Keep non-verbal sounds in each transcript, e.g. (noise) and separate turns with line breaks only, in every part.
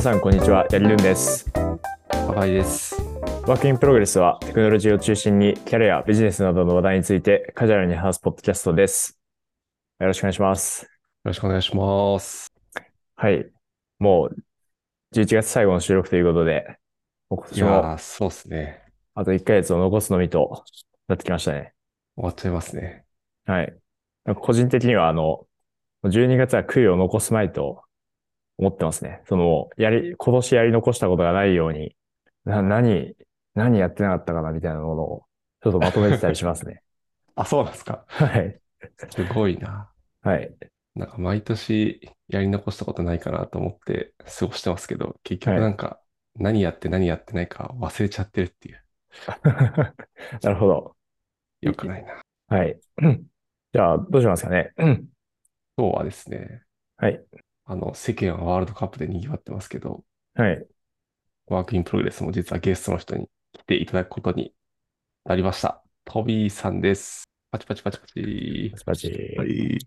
さんこんにちはやりるんです
高井です。
ワークインプログレスはテクノロジーを中心にキャリアビジネスなどの話題についてカジュアルに話すポッドキャストですよろしくお願いします
よろしくお願いします。
はいもう11月最後の収録ということでもう今
い
年
や
も
ー、そうですね。
あと1ヶ月を残すのみとなってきましたね
終わっちゃいますね。
はいなんか個人的にはあの12月は悔いを残すまいと思ってますねそのやり今年やり残したことがないようにな何何やってなかったかなみたいなものをちょっとまとめてたりします (laughs) ね
あ、そうなんですか。
はい。
すごいな。
はい。 (laughs)
なんか毎年やり残したことないかなと思って過ごしてますけど、結
は
局
い
なんか何やって何やってないか忘れちゃってるっていう。
なるほど。
よくないな。
はい。 (clears throat) じゃあ、どうしますかね。 (clears throat)
今日はですね、
はい。
あの、世間はワールドカップで賑わってますけど、
はい。
ワークインプログレスも実はゲストの人に来ていただくことになりました。トビーさんです。パチパチパチパチ
パ。チパチ。
はい。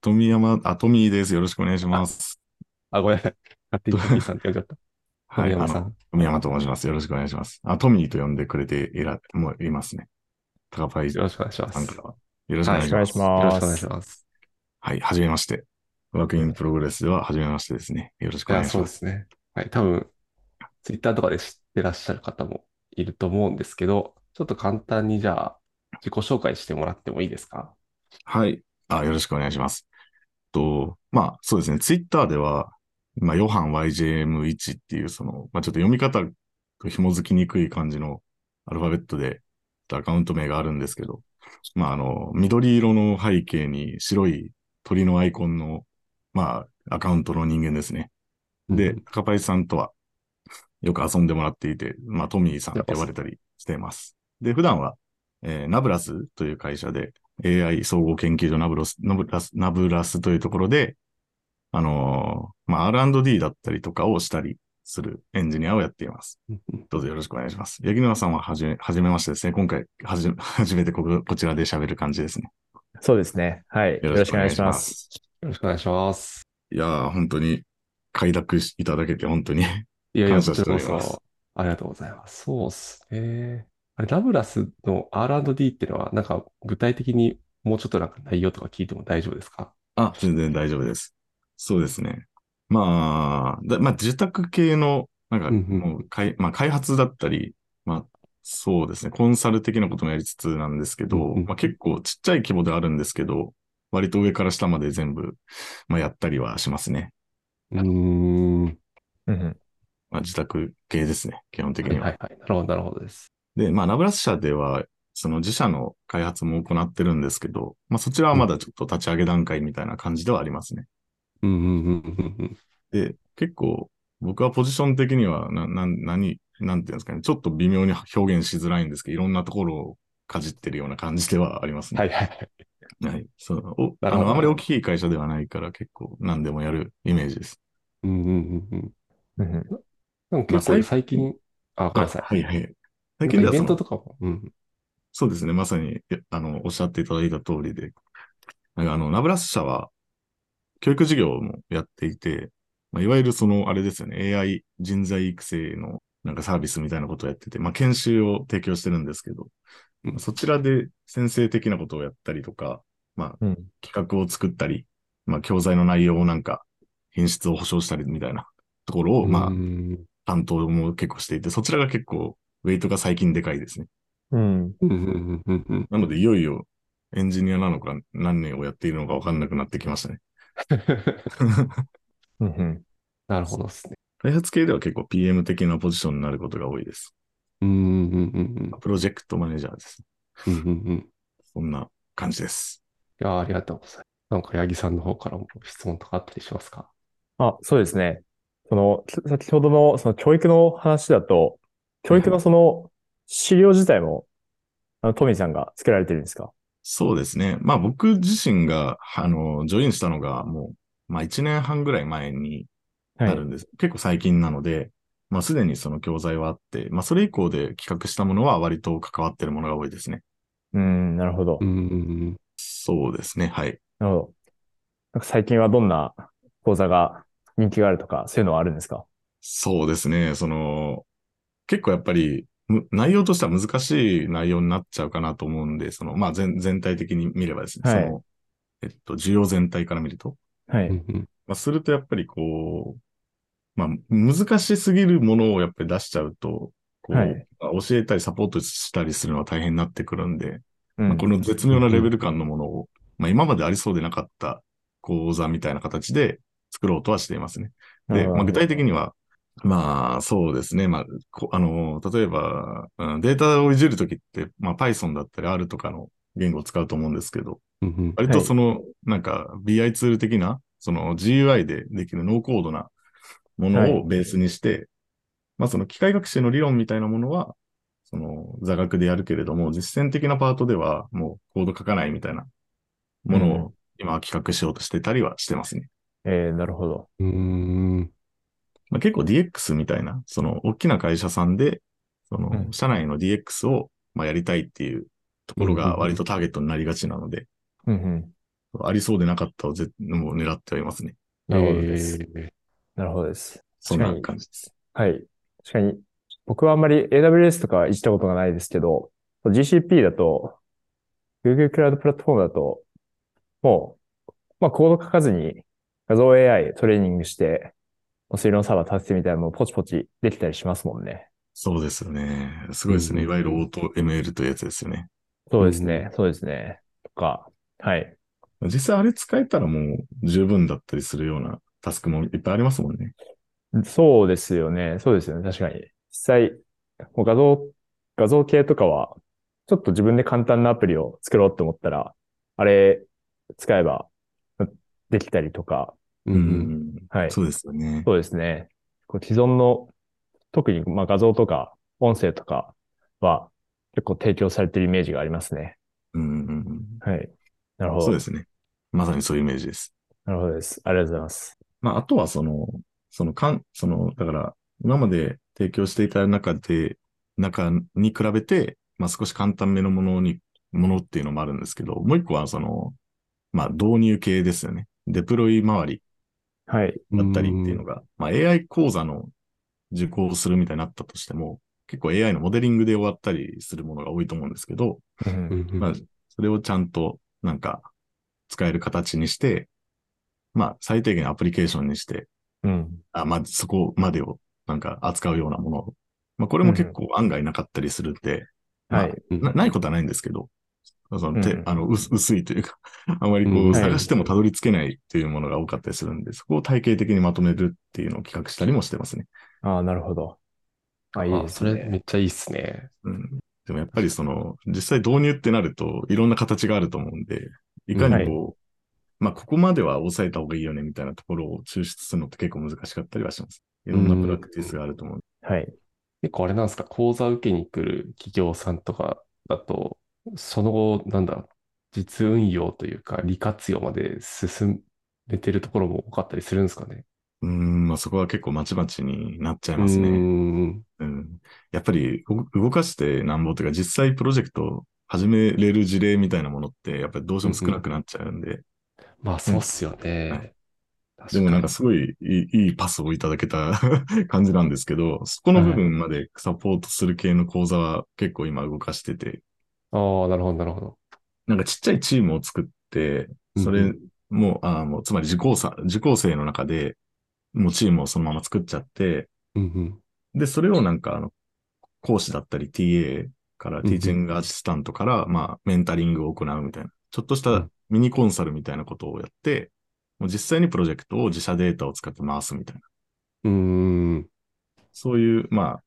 富山、あ、トミーです。よろしくお願いします。
あ、ごめんなさい。勝手にトビーさんって呼んじゃった。
は
富
い。
山
あ
さ
の、
ん。
富山と申します。よろしくお願いします。あ、トミーと呼んでくれていら、もういますね。高パイさ
よろしくお願いします。
ん
よ
か
ろ
らは。よろしくお願いし
はい
ま
お願いします
し
す。
くお願いします。
はい。はじめまして。ワークインプログレスでは、はじめましてですね。よろしく
い
お
や、
願いし
そう
ま。
ですすね。はい、多分、ツイッターとかで知ってらっしゃる方もいると思うんですけど、ちょっと簡単にじゃあ、自己紹介してもらってもいいですか
はい。あ、よろしくお願いします。と、まあ、そうですね。ツイッターでは、まあ、ヨハン YJM1 っていう、その、まあ、ちょっと読み方、紐づきにくい感じのアルファベットで、アカウント名があるんですけど、まあ、あの、緑色の背景に白い鳥のアイコンの、まあ、アカウントの人間ですね。で、高パイさんとはよく遊んでもらっていて、まあ、トミーさんって呼ばれたりしています。で、普段は、えーナブラスという会社で AI 総合研究所ナブロス、ナブラス、ナブラスというところで、あのーまあ、R&D だったりとかをしたりするエンジニアをやっています。
うんうん
どうぞよろしくお願いします。八木沼さんははじめ、はじめましてですね。今回、はじめ、 (laughs) 初めてこここちらで喋る感じですね。
そうですね。はい。よろしくお願いします。。
よろしくお願いします。
いやー、本当に、快諾しいただけて、本当に。
いやいや、
感
こ
謝
ち
し
ら
て
こ
おります
そ、ありがとうございます。そうっすね。あれ、ラブラスの R&D っていうのは、なんか具体的にもうちょっとなんか内容とか聞いても大丈夫ですか
あ、全然大丈夫です。そうですね。まあ、だまあ、受託系の、なんか、
うんうん
もうかい、まあ、開発だったり、まあ、そうですね、コンサル的なこともやりつつなんですけど、
うんうん
まあ、結構ちっちゃい規模ではあるんですけど、割と上から下まで全部、まあ、やったりはしますね。
うーん。は
うんうん
まあ、自宅系ですね、基本的
いは
に
い
は。
はい。なるほど、なるほどです。
で、まあ、ラブラス社では、その自社の開発も行ってるんですけど、まあ、そちらはまだちょっと立ち上げ段階みたいな感じではありますね。
うんうんうんうんうん。
で、結構、僕はポジション的には、な、な、何、なんていうんですかね、ちょっと微妙に表現しづらいんですけど、いろんなところをかじってるような感じではありますね。
はいはいはい。
い。はい。そう、お、
なるほ
あ
ど
の、あまり大きい会社ではないから、結構何でもやるイメージです。
うんうんうんうん。
うんうん
なんか結
まあ
構最近、あ、ごめんなさい。
はいはい。
な
最
ん
近で
かイ
は
ベ
そ
ント
の、
とかも。うん。
そうですね、まさに、えあの、おっしゃっていただいた通りで、なんかあの、ナブラス社は、教育事業もやっていて、まあ、いわゆるその、あれですよね、AI 人材育成のなんかサービスみたいなことをやってて、まあ、研修を提供してるんですけど、
うん
そちらで先生的なことをやったりとか、まあ
うん、
企画を作ったり、まあ、教材の内容をなんか、品質を保証したりみたいなところを、ま
う
あ、
ん
担当も結構していて、そちらが結構、ウェイトが最近でかいですね。
うん。
うんうんうんうん。
なので、いよいよエンジニアなのか何年をやっているのか分かんなくなってきましたね。
うんうん。
なるほどですね。
開発系では結構 PM 的なポジションになることが多いです。
うんうんうん
プロジェクトマネージャーです。
うん。うんうんうん。い
そんな感じです。
やー、ありがとうございます。なんか、八木さんの方からも質問とかあったりしますか
あ、そうですね。その、さ先ほどの、その教育の話だと、教育のその、資料自体も、あの、トミーさんが作られてるんですか
そうですね。まあ僕自身が、あの、ジョインしたのがもう、まあ1年半ぐらい前に
はい
なるんです。結構最近なので、まあすでにその教材はあって、まあそれ以降で企画したものは割と関わってるものが多いですね。
うん、なるほど
う。んうん
そうですね。はい。
なるほど。なんか最近はどんな講座が人気があるとか、そういうのはあるんですか
そうですね。その、結構やっぱり、む内容としては難しい内容になっちゃうかなと思うんで、その、まあ全、全体的に見ればですね、
はい
その、えっと、需要全体から見ると。
は
うん
い。
うん
まあ、するとやっぱりこう、まあ、難しすぎるものをやっぱり出しちゃうと、こう、
はい
まあ教えたりサポートしたりするのは大変になってくるんで、
う
まあ
ん
こ。の絶妙なレベル感のものを、まあ、今までありそうでなかった講座みたいな形で作ろうとはしていますね。
な
で、
るほど
まあ、具体的には、まあ、そうですね。まあ、こあの、例えば、うんデータをいじるときって、まあ、Python だったり R とかの言語を使うと思うんですけど、
うんうん
割とその、なんか BI ツール的な、その GUI でできるノーコードなも
は
の
い
をベースにして、まあその機械学習の理論みたいなものは、その座学でやるけれども、実践的なパートではもうコード書かないみたいなもの
う
を今は企画しようとしてたりはしてますね。
えー、なるほど。
うーん。
まあ、結構 DX みたいな、その大きな会社さんで、その
うん
社内の DX をまあやりたいっていうところが割とターゲットになりがちなので、
うんうん。
ありそうでなかったをぜもう狙ってはいますね。
なるほどです
えー
なるほどです。
そんな感じです。
はい。確かに、僕はあんまり AWS とかいじったことがないですけど、GCP だと、Google クラウドプラットフォームだと、もう、まあ、コード書かずに画像 AI トレーニングして、推論サーバー立ててみたいなのもポチポチできたりしますもんね。
そうですよね。すごいですね。
う
い
ん
わゆるオート ML というやつですよね。
そうですね。そうですね。とか、はい。
実際あれ使えたらもう十分だったりするようなタスクもいっぱいありますもんね。
そうですよね。そうですよね。確かに。実際、もう画像、画像系とかは、ちょっと自分で簡単なアプリを作ろうと思ったら、あれ使えばできたりとか、
う
うんん。
はい。
そうですよね。
そうですね。こう既存の、特にまあ画像とか音声とかは結構提供されてるイメージがありますね。
うんうん
はい。なるほ
うん。
ど。
そうですね。まさにそういうイメージです。
なるほどです。ありがとうございます。
まあ、あとはその、その、かん、その、だから、今まで提供していた中で、中に比べて、まあ少し簡単めのものに、ものっていうのもあるんですけど、もう一個はその、まあ導入系ですよね。デプロイ周り
はい。
だったりっていうのが、まあ、AI 講座の受講をするみたいになったとしても、結構 AI のモデリングで終わったりするものが多いと思うんですけど、
う
うんんうん
まあ、それをちゃんとなんか使える形にして、まあ、最低限アプリケーションにして、
うん。
あまあ、そこまでをなんか扱うようなものを、まあ、これも結構案外なかったりするんで、まあ
はい。
うん
なないことはないんですけど、その手
うん
あの薄薄いというか、 (laughs) あまりこ
うん
う探してもたどり着けないというものが多かったりするんで、そこを体系的にまとめるっていうのを企画したりもしてますね。
ああ、なるほど。あ、いい
あ
で
そ
す
れ
ね。
めっちゃいいっすね。
うん、でもやっぱりその、実際導入ってなると、いろんな形があると思うんで、いかにこう、まあ、ここまでは抑えた方がいいよねみたいなところを抽出するのって結構難しかったりはします。いろんなプラクティスがあると思うんで。
はい。
結構あれなんですか、講座受けに来る企業さんとかだと、その後、なんだろう、実運用というか、利活用まで進めてるところも多かったりするんですかね。
うん、まあ、そこは結構まちまちになっちゃいますね。
うーん
うんやっぱりう動かしてなんぼというか、実際プロジェクトを始めれる事例みたいなものって、やっぱりどうしても少なくなっちゃうんで、
まあ、そうっすよね。確
でもなん
か
かすごいいいいいパスをいただけた (laughs) 感じなんですけど、そこの部分までサポートする系の講座は結構今動かしてて、
に。ああ、なるほど、なるほど。
なんかちっちゃいチームを作って、そ
うんう
れ
ん
もう、あもうつまり受講者、受講生の中で、もうチームをそのまま作っちゃって、
うんうん
で、それをなんか、あの、講師だったり TA から、
んうん
ティーチングアシスタントから、まあ、メンタリングを行うみたいな、ちょっとし
う
た
ん
ミニコンサルみたいなことをやって、もう実際にプロジェクトを自社データを使って回すみたいな、
うーん。
そういう、まあ、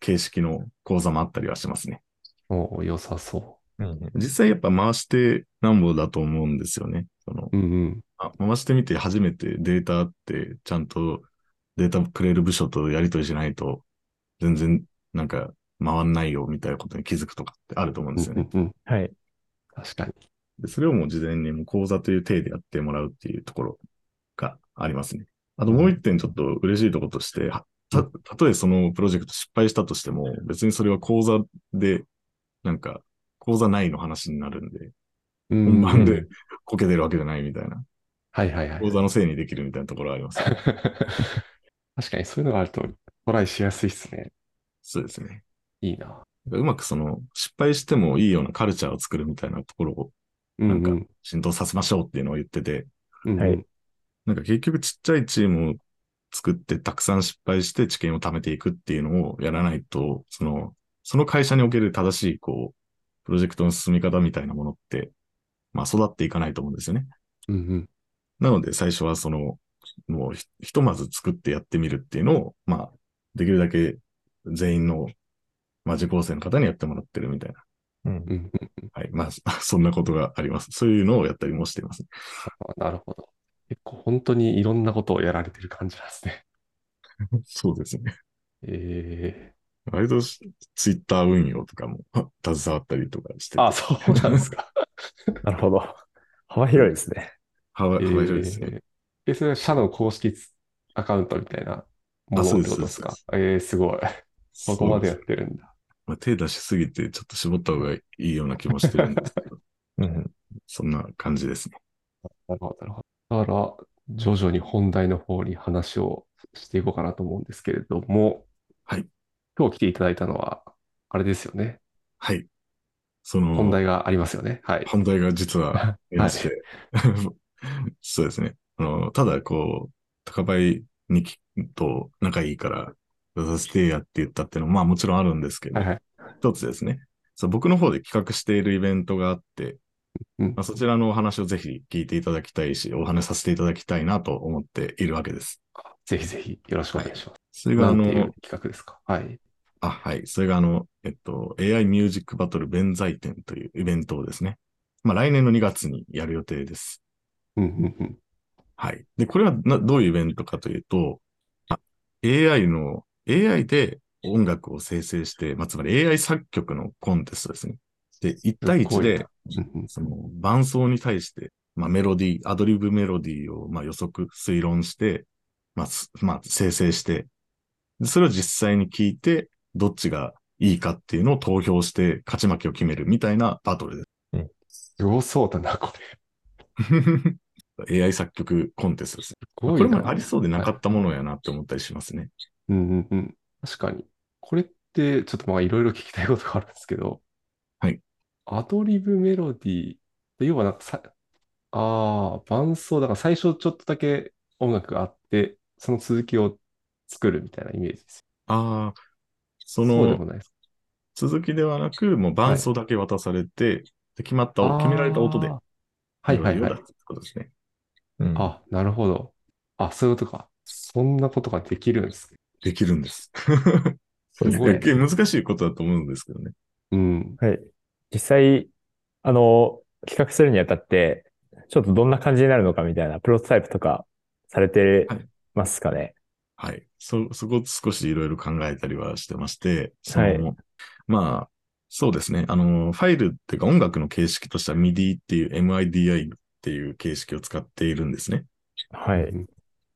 形式の講座もあったりはしますね。
おー良さそ
うん
実際やっぱ回してなんぼだと思うんですよね。その
う。うんうん。
あ回してみて初めてデータってちゃんとデータくれる部署とやり取りしないと全然なんか回んないよみたいなことに気づくとかってあると思うんですよ
う
ね。
んうんうん
はい。
確かに。
でそれをもう事前にもう講座という体でやってもらうっていうところがありますね。あともう一点ちょっと嬉しいところとして、はた、たとえそのプロジェクト失敗したとしても、別にそれは講座で、なんか、講座内の話になるんで、
うん
本
うん
番でこけてるわけじゃないみたいな、
はいはいはい (laughs)
講。座のせいにできるみたいなところはあります。
確かにそういうのがあるとトライしやすいっすね。
そうですね。
いいな。
うまくその、失敗してもいいようなカルチャーを作るみたいなところを
うんうん、
なん浸透させましょうっていうのを言ってて、
うんうん、
はい
なんか結局ちっちゃいチームを作ってたくさん失敗して知見を貯めていくっていうのをやらないと、その、その会社における正しい、こう、プロジェクトの進み方みたいなものって、まあ育っていかないと思うんですよね。
うんうん。
なので最初はその、もうひひとまず作ってやってみるっていうのを、まあ、できるだけ全員の、まあ、受講生の方にやってもらってるみたいな。
うん
う。んうん
はい。まあ、 (laughs) そそんなことがあります。そういうのをやったりもしています。
あなるほど。結構本当にいろんなことをやられてる感じなんですね。(laughs)
(laughs) そうですね。
え
割としツイッター運用とかも (laughs) 携わったりとかして
え
て
あ、そうなん
(laughs)
ですか。 (laughs)
なるほど。幅広いですね。
幅
え
幅広いですね。
ええそれは社の公式ツアカウントみたいなもの
あ
って
そ
こ
うです
とですかええすごい。そこまでやってるんだ。
まあ、手出しすぎてちょっと絞った方がいいような気もしてるんですけ
(laughs)
ど、
うん。
そんな感じですね。
なるほど、なるほ (laughs) ど。だから、徐々に本題の方に話をしていこうかなと思うんですけれども、
はい。
今日来ていただいたのは、あれですよね。
はい。その、
本題がありますよね。はい。
本題が実は
(laughs) は
ありまして、 (laughs) そうですね。あの、ただこう、高林にきと仲いいから出させてやって言ったっていうのも、まあもちろんあるんですけど
はい、はい。
一つですね。そう僕の方で企画しているイベントがあって、
うん
まあ、そちらのお話をぜひ聞いていただきたいし、お話しさせていただきたいなと思っているわけです。
ぜひぜひよろしくお願いします。
それがあ
なんてい
の
う、企画ですかはい。
あ、はい。それがあの、えっと、AI ミュージックバトル弁財展というイベントをですね。まあ来年の2月にやる予定です。
うんうんうん。
はい。で、これはなどういうイベントかというと、あ AI の、AI で音楽を生成して、まあ、つまり AI 作曲のコンテストですね。で、1対1で、
うんうん
その伴奏に対して、まあ、メロディー、アドリブメロディーをまあ予測、推論して、まあ、すまあ、生成して、でそれを実際に聞いて、どっちがいいかっていうのを投票して、勝ち負けを決めるみたいなバトルです (laughs)
ごそうだな、これ。す
す。AI 作曲コンテストですね。
ご
こ
い
れ
な。
もありそうでなかったものやなって思ったりしますね。
うんうんうん。確かに。これって、ちょっとまあいろいろ聞きたいことがあるんですけど。
はい。
アドリブメロディー。要はなんかさ、ああ、伴奏。だから最初ちょっとだけ音楽があって、その続きを作るみたいなイメージです。
ああ、そ
そうで
の
もないです。
続きではなく、もう伴奏だけ渡されて、で決まった音、決められた音で
あー。はいはいはい
い。。ことですね。
うん、
あ、なるほど。あ、そういうことか。そんなことができるんですね。
できるんです。
そうです
ごい
ね
一。見 (laughs) 難しいことだと思うんですけどね。
うん。
はい。実際、あの、企画するにあたって、ちょっとどんな感じになるのかみたいなプロトタイプとかされてますかね。
はい。そ、そこ少しいろいろ考えたりはしてまして、そ
はい
の、まあ、そうですね。あの、ファイルっていうか音楽の形式としては MIDI っていう MIDI っていう形式を使っているんですね。
はい。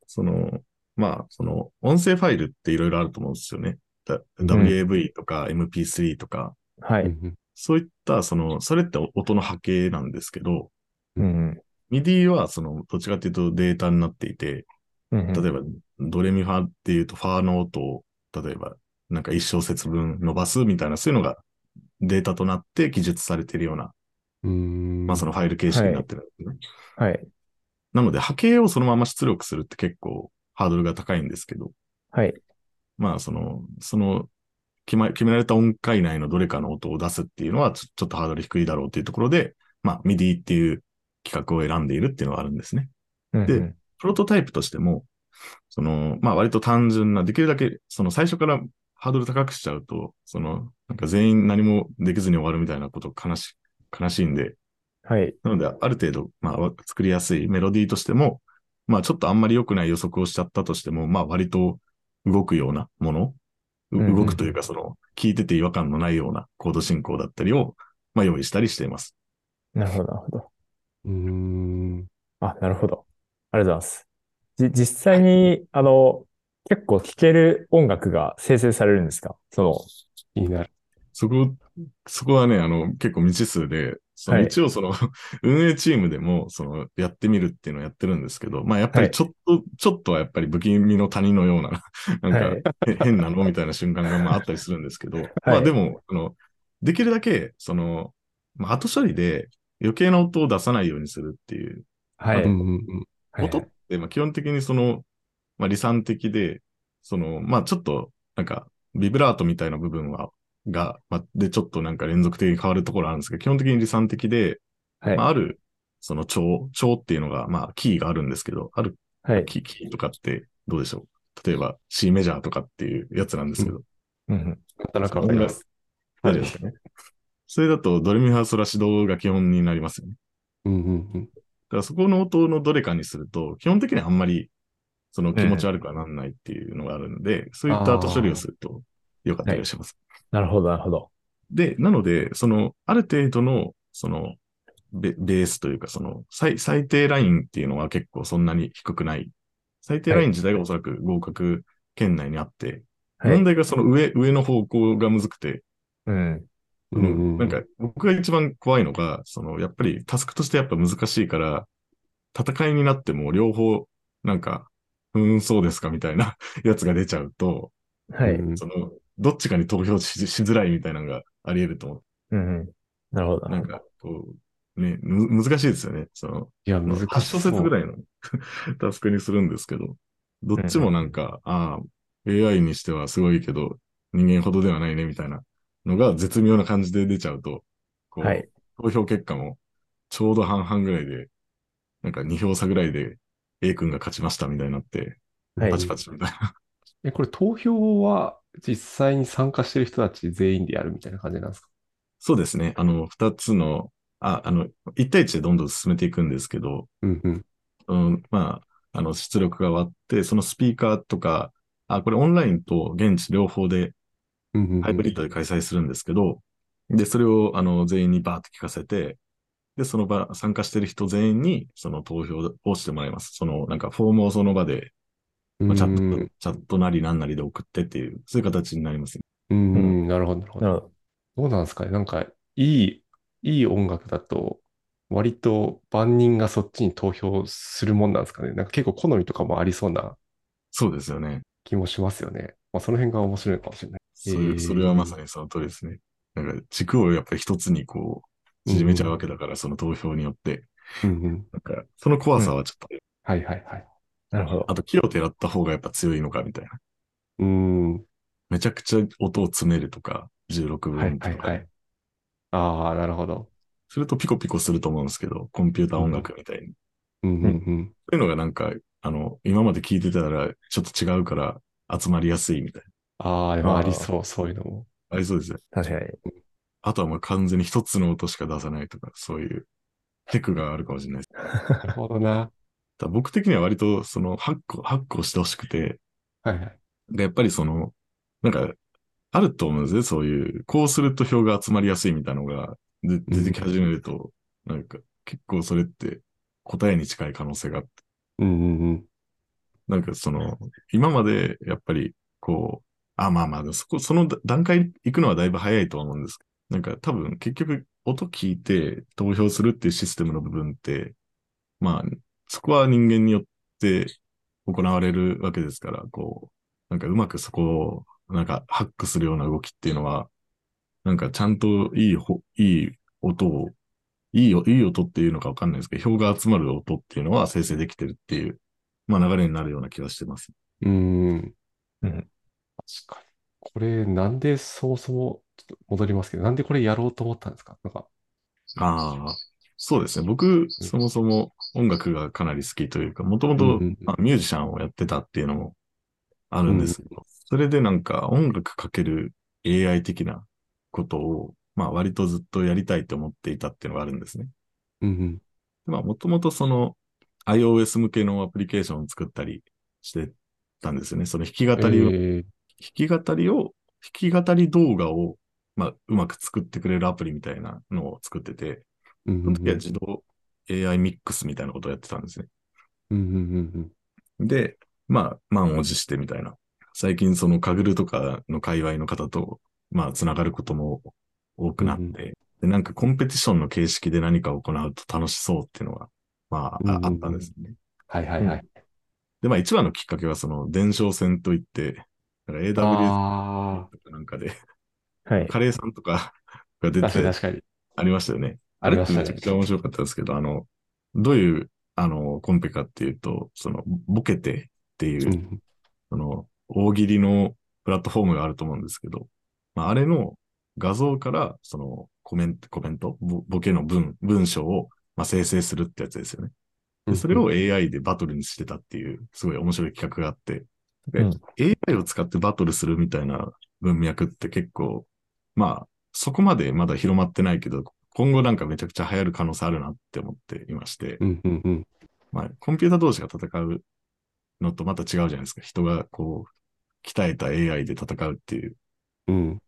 その、まあ、その、音声ファイルっていろいろあると思うんですよね。だ
うん
WAV とか MP3 とか、
は
うん
い。
うん
そういった、その、それって音の波形なんですけど、
うん。
MIDI は、その、どっちかっていうとデータになっていて、
うん。
例えば、ドレミファっていうと、ファーの音を、例えば、なんか一小節分伸ばすみたいな、そういうのがデータとなって記述されているような、
うーん。
まあそのファイル形式になってるんですね。
はい。
なので、波形をそのまま出力するって結構ハードルが高いんですけど、
はい。
まあ、その、その、決ま、決められた音階内のどれかの音を出すっていうのはちょ、ちょっとハードル低いだろうっていうところで、まあ、MIDI っていう企画を選んでいるっていうのはあるんですね。
うん
でプロトタイプとしても、その、まあ、割と単純な、できるだけ、その最初からハードル高くしちゃうと、その、なんか全員何もできずに終わるみたいなこと悲し、悲しいんで、
はい。
なので、ある程度、まあ、わ作りやすいメロディーとしても、まあ、ちょっとあんまり良くない予測をしちゃったとしても、まあ、割と動くようなもの、う
うんうん
動くというか、その、聞いてて違和感のないようなコード進行だったりを、まあ、用意したりしています。
なるほど、なるほど。
うーん。
あ、なるほど。ありがとうございます。じ、実際に、あの、結構聴ける音楽が生成されるんですかその、
気になる。
そこ、そこはね、あの、結構未知数で、その
はい
一応その (laughs) 運営チームでもそのやってみるっていうのをやってるんですけど、まあやっぱ
は
り
い
ちょっと、ちょっとはやっぱり不気味の谷のような、 (laughs) なんかへ変なのみたいな瞬間がまああったりするんですけど、まあでも、あの、できるだけ、その、まあ後処理で余計な音を出さないようにするっていう、
は
うん
い。
うんうん
はい
音ってまあ基本的にその、まあ理算的で、その、まあちょっと、なんか、ビブラートみたいな部分は、が、まあ、で、ちょっとなんか連続的に変わるところあるんですけど、基本的に理算的で、
はい
まあ、ある、その調、調っていうのが、まあ、キーがあるんですけど、ある
はい。
キーキーとかってどうでしょう例えば C メジャーとかっていうやつなんですけど、
うんうん
なんとなくわかります。
大丈夫ですかね。それだとドレミファソラシドが基本になりますよね。
うんうんうん。
だからそこの音のどれかにすると、基本的にはあんまりその気持ち悪くはなんないっていうのがあるので、そういった後処理をすると良かったりします。
なるほど、なるほど。
で、なので、その、ある程度の、その、ベベースというか、その最、最低ラインっていうのは結構そんなに低くない。最低ライン自体がおそらく合格圏内にあって、
はい
問題がその上、上の方向がむずくて、
うん。
そのなんか、僕が一番怖いのが、その、やっぱりタスクとしてやっぱ難しいから、戦いになっても両方、なんか、うーん、そうですかみたいな (laughs) やつが出ちゃうと、
はい。
う
うん
ん
その、どっちかに投票ししづらいみたいなのがあり得ると思って
うん。なるほど。
なんか、こう、ね、む難しいですよね。その、
いや、難しい。
8小節ぐらいの (laughs) タスクにするんですけど、どっちもなんか、ああ、AI にしてはすごいけど、人間ほどではないね、みたいなのが絶妙な感じで出ちゃうと、こう、
はい。
投票結果もちょうど半々ぐらいで、なんか2票差ぐらいで A 君が勝ちましたみたいになって、
はい
パチパチみたいな。
え、これ投票は実際に参加してる人たち全員でやるみたいな感じなんですか
そうですね。あの、2つの、あ、あの、1対1でどんどん進めていくんですけど、
うんうん。
うん、まあ、あの、出力が割って、そのスピーカーとか、あ、これオンラインと現地両方で
うんうんうん
ハイブリッドで開催するんですけど、で、それをあの全員にバーって聞かせて、で、その場、参加してる人全員にその投票をしてもらいます。その、なんかフォームをその場で、まあ、チャ
うんう
ッ
ん
ト、チャットなりなんなりで送ってっていう、そういう形になりますね。
うんうん、なるほど、なるほ
な
ど。
るほど。
どうなんですかねなんか、いい、いい音楽だと、割と万人がそっちに投票するもんなんですかねなんか結構好みとかもありそうな
そうですよね。
気もしますよね。まあ、その辺が面白いかもしれない。
それ
へー
それはまさにその通りですね。なんか軸をやっぱり一つにこう、縮めちゃうわけだから、その投票によって。
うんうん。
なんか、その怖さはちょっと
はいはいはい。
なるほど。
あと、木をてらった方がやっぱ強いのかみたいな。
うん。は
めちゃくちゃ音を詰めるとか、16分
い
とか、
はいはい。ああ、なるほど。
するとピコピコすると思うんですけど、コンピューター音楽みたいに。
うんうんうん。
そういうのがなんか、あの、今まで聞いてたらちょっと違うから集まりやすいみたい
ああ、でも
あー
ありそう、そういうのも。
な。ありそうですね。
確かに。
あとはもう完全に一つの音しか出さないとか、そういうテクがあるかもしれないです。
なるほどな。
ただ僕的には割とその8個、8個してほしくて、
はいはい。
やっぱりその、なんか、あると思うんですね。そういう、こうすると票が集まりやすいみたいなのがで出てき始めると、なんか、結構それって答えに近い可能性があって、
うんうんうん。
なんかその、今までやっぱり、こう、あ、まあまあ、そこ、その段階行くのはだいぶ早いとは思うんですけど、なんか多分結局音聞いて投票するっていうシステムの部分って、まあ、そこは人間によって行われるわけですから、こう、なんかうまくそこを、なんかハックするような動きっていうのは、なんかちゃんといいほ、いい音を、いいよ、いい音っていうのかわかんないですけど、票が集まる音っていうのは生成できてるっていう、まあ流れになるような気がしてます。
うんうん。
うん
確かに。これ、なんでそもそも、ちょっと戻りますけど、なんでこれやろうと思ったんですかなんか、
ああ、そうですね。僕、そもそも音楽がかなり好きというか、もともと
うんうんうん
まあミュージシャンをやってたっていうのもあるんですけど、それでなんか音楽かける AI 的なことを、まあ割とずっとやりたいと思っていたっていうのがあるんですね。
うん
まあもともとその iOS 向けのアプリケーションを作ったりしてたんですよね。その弾き語
うん。
りを、弾
えー
き語りを、弾き語り動画を、まあうまく作ってくれるアプリみたいなのを作ってて、
うん
その時は自動 AI ミックスみたいなことをやってたんですね。
うんうん
で、まあ、満を持してみたいな。最近、その、カグルとかの界隈の方と、まあ、つながることも多くなって、で、なんかコンペティションの形式で何かを行うと楽しそうっていうのが、まあ、あ
うんうんうん
あったんですね。
はいはいはい。
で、まあ一番のきっかけはその伝承戦といって、なんか AWS
あ
とかなんかで、
はい。
カレーさんとかが
あ、
出
確かに
て
確かに。
ありましたよね。
あ
あ
り
れ
ま
っ
してた
めちゃくちゃ
ね。
面白かったですけど、あの、どういう、あの、コンペかっていうと、その、ボケてっていうう、
ん。
その、大喜利のプラットフォームがあると思うんですけど、まあ、あれの画像から、その、コメント、コメント、ボボケの文、文章を、まあ、生成するってやつですよね。で、それを AI でバトルにしてたっていう、すごい面白い企画があって、
うん
AI を使ってバトルするみたいな文脈って結構、まあ、そこまでまだ広まってないけど、今後なんかめちゃくちゃ流行る可能性あるなって思っていまして、
うんうんうん。
まあ、コンピュータ同士が戦うのとまた違うじゃないですか。人がこう、鍛えた AI で戦うっていう。
うん。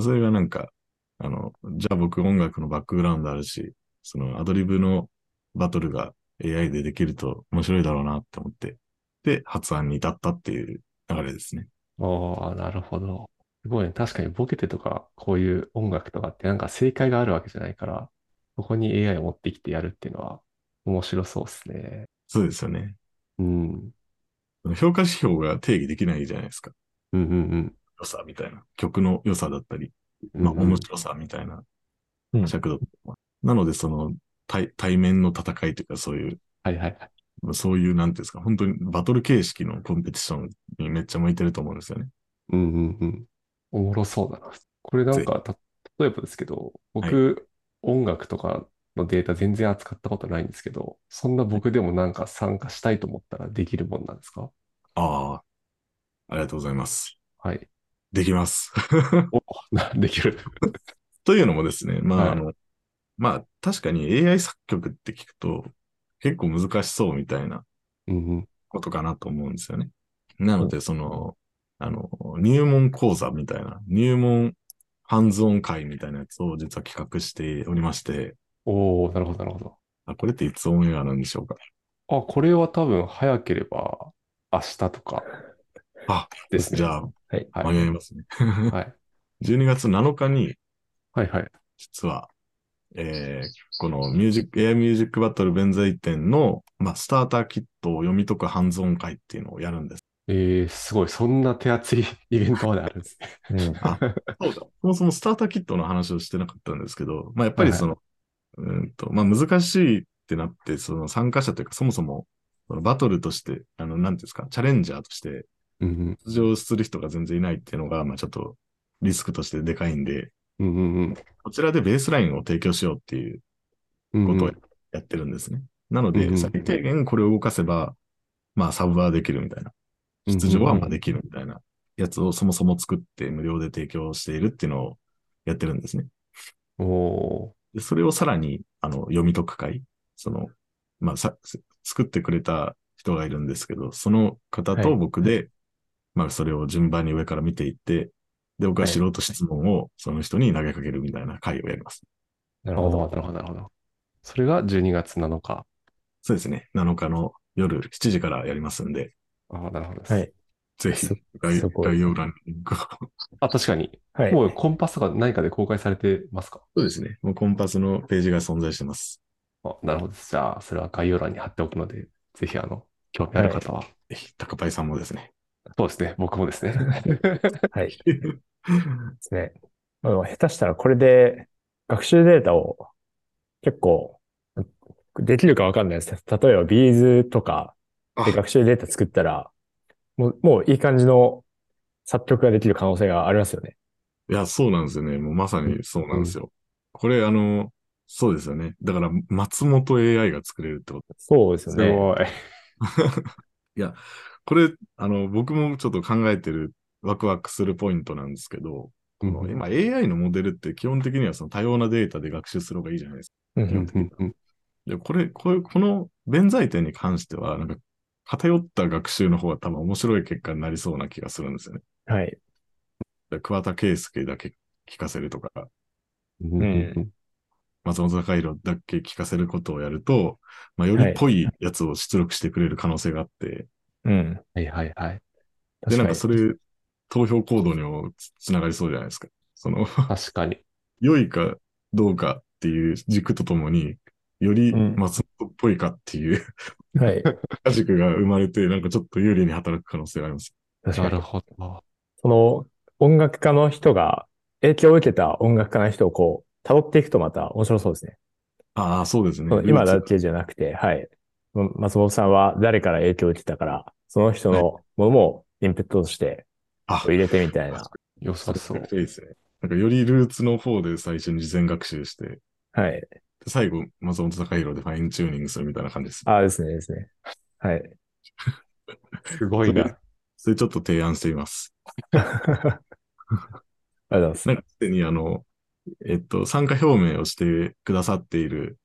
それがなんか、あの、じゃあ僕音楽のバックグラウンドあるし、そのアドリブのバトルが AI でできると面白いだろうなって思って、で、発案に至ったっていう流れですね。
ああ、なるほど。すごいね。確かにボケてとか、こういう音楽とかってなんか正解があるわけじゃないから、そこに AI を持ってきてやるっていうのは面白そうですね。
そうですよね。
うん。
評価指標が定義できないじゃないですか。
うんうん
良さみたいな。曲の良さだったり、
うん。
まあ
うんうん
面白さみたいな
うん
尺度。なので、その対対面の戦いというか、そういう
はいはいはい。
そういう、なんていうんですか、本当にバトル形式のコンペティションにめっちゃ向いてると思うんですよね。
うんうんうん。おもろそうだな。これなんか、た、例えばですけど、僕、音楽とかのデータ全然扱ったことないんですけど、そんな僕でもなんか参加したいと思ったらできるもんなんですか
ああ、ありがとうございます。
はい。 (laughs)
できます。 (laughs)
お、な、できる。
というのもですね、まあ、
はい
あの、まあ、確かに AI 作曲って聞くと結構難しそうみたいな
うんうん。
ことかなと思うんですよね。なので、その、あの、入門講座みたいな、入門ハンズオン会みたいなやつを実は企画しておりまして、
おお、なるほど、なるほど。
あこれっていつオンエアなんでしょうか
あ、これは多分早ければ明日とか
あ、
ですね。
じゃあ、
はい
はい
間に合いますね。
はい。
12月7日に、
はいはい。
実は、えーこのミュージック、エアミュージックバトル弁財天の、まあ、スターターキットを読み解くハンズオン会っていうのをやるんです。
えー、すごい。そんな手厚いイベントまであるん (laughs) ですね。
うん。
そうだ。そもそもスターターキットの話をしてなかったんですけど、まあ、やっぱりその、うーんと、まあ、難しいってなって、その参加者というか、そもそも、そのバトルとして、あの、なんていうんですか、チャレンジャーとして
うん
出場する人が全然いないっていうのが、まあ、ちょっとリスクとしてでかいんで、
うん。うんうんうん。
こちらでベースラインを提供しようっていう
うんうん
ことをやってるんですね。なので、
うんうん
最低限これを動かせば、まあ、サブはできるみたいな。出場はまあできるみたいなやつをそもそも作って無料で提供しているっていうのをやってるんですね。
おお
でそれをさらに、あの、読み解く会、その、まあ、さ、作ってくれた人がいるんですけど、その方
は
と
い
僕で、まあ、それを順番に上から見ていって、で、僕は素人質問をその人に投げかけるみたいな会をやります。
ー。なるほど、なるほど、なるほど。それが12月7日。
そうですね。7日の夜7時からやりますんで、
ああ、なるほどです。
はい。
ぜひ
そ、
概
そこ
概要欄に (laughs) リンクを。そ
あ、確かに。
はい。
もうコンパスとか何かで公開されてますか
うですね。もうコンパスのページが存在してます。
あ、なるほどです。じゃあ、それは概要欄に貼っておくので、ぜひ、あの、興味ある方は。
ぜひ、高パイさんもです (laughs) ね。
そうですね。僕もですね。
はい。ですね。まあでも下手したらこれで学習データを結構できるかわかんないですね。例えばビーズとかで
あ
学習データ作ったら、もう、もういい感じの作曲ができる可能性がありますよね。
いや、そうなんですよね。もうまさにそうなんですよ。これ、あの、そうですよね。だから、松本 AI が作れるってこと。
そうですよ
す
ね。
ごい。
これ、あの、僕もちょっと考えてる、ワクワクするポイントなんですけど、この今 AI のモデルって基本的にはその多様なデータで学習する方がいいじゃないですか。
うん
うんうんうん
で、これ、こういう、この弁財天に関しては、なんか、偏った学習の方が多分面白い結果になりそうな気がするんですよね。
はい。
で桑田佳祐だけ聞かせるとか、
うんうんうん
松本隆弘だけ聞かせることをやると、まあ、より
はい
っぽいやつを出力してくれる可能性があって、
うん。
はいはいはい。
で、
確
なん
か
か
に。
それ、投票行動にもつつながりそうじゃないですか。その、 (laughs)
確かに。
良いかどうかっていう軸とともに、より
うん
松本っぽいかっていう (laughs)
はい。
軸が生まれて、なんかちょっと有利に働く可能性があります。
確
な
かに
る。ほど。
その音楽家の人が、影響を受けた音楽家の人をこう、辿っていくとまた面白そうですね。
ああ、そうですね
その。今だ
ルーツ
けじゃなくて、はい。松本さんは誰から影響を受けたから、その人のものもインプットとして
あ
入れてみたいな。
良さそう
めちゃく。ちゃいいですね。なんかよりルーツの方で最初に事前学習して、で
はい。
最後、松本隆弘でファインチューニングするみたいな感じです。
ああですね、ですね。はい。 (laughs)
すごいな。
それちょっと提案しています。
ありがとうございます。
なんかすでにあの、えっと、参加表明をしてくださっている、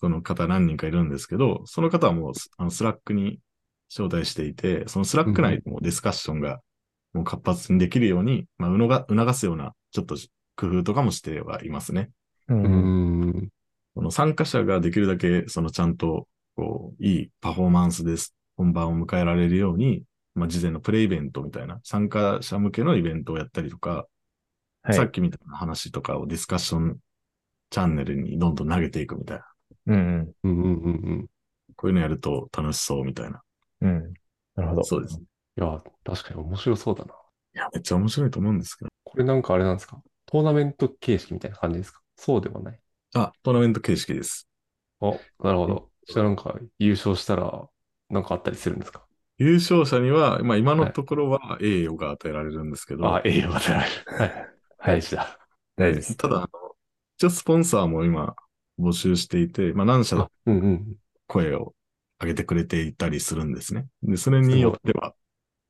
その方何人かいるんですけど、その方はもうス、あのスラックに招待していて、そのスラック内でもディスカッションがもう活発にできるように、まあ、うのが、促すような、ちょっと工夫とかもしてはいますね。
う
うー
ん。
ん。
この参加者ができるだけ、そのちゃんと、こう、いいパフォーマンスです。本番を迎えられるように、まあ、事前のプレイベントみたいな、参加者向けのイベントをやったりとか、
はい
さっきみたいな話とかをディスカッションチャンネルにどんどん投げていくみたいな。
うん。
うんうんうんうん。
こういうのやると楽しそうみたいな。
うん。なるほど。
そうです。
いや、確かに面白そうだな。
いや、めっちゃ面白いと思うんですけど。
これなんかあれなんですかトーナメント形式みたいな感じですかそうではない。
あ、トーナメント形式です。
あ、なるほど。そしたらなんか優勝したらなんかあったりするんですか
優勝者には、まあ今のところは栄誉が与えられるんですけど、
あ、栄養が与えられる。 (laughs) はい。大事だ。
大丈夫です。
ただ、あの一応スポンサーも今募集していて、まあ何社
あうんうん。
声を上げてくれていたりするんですね。で、それによっては、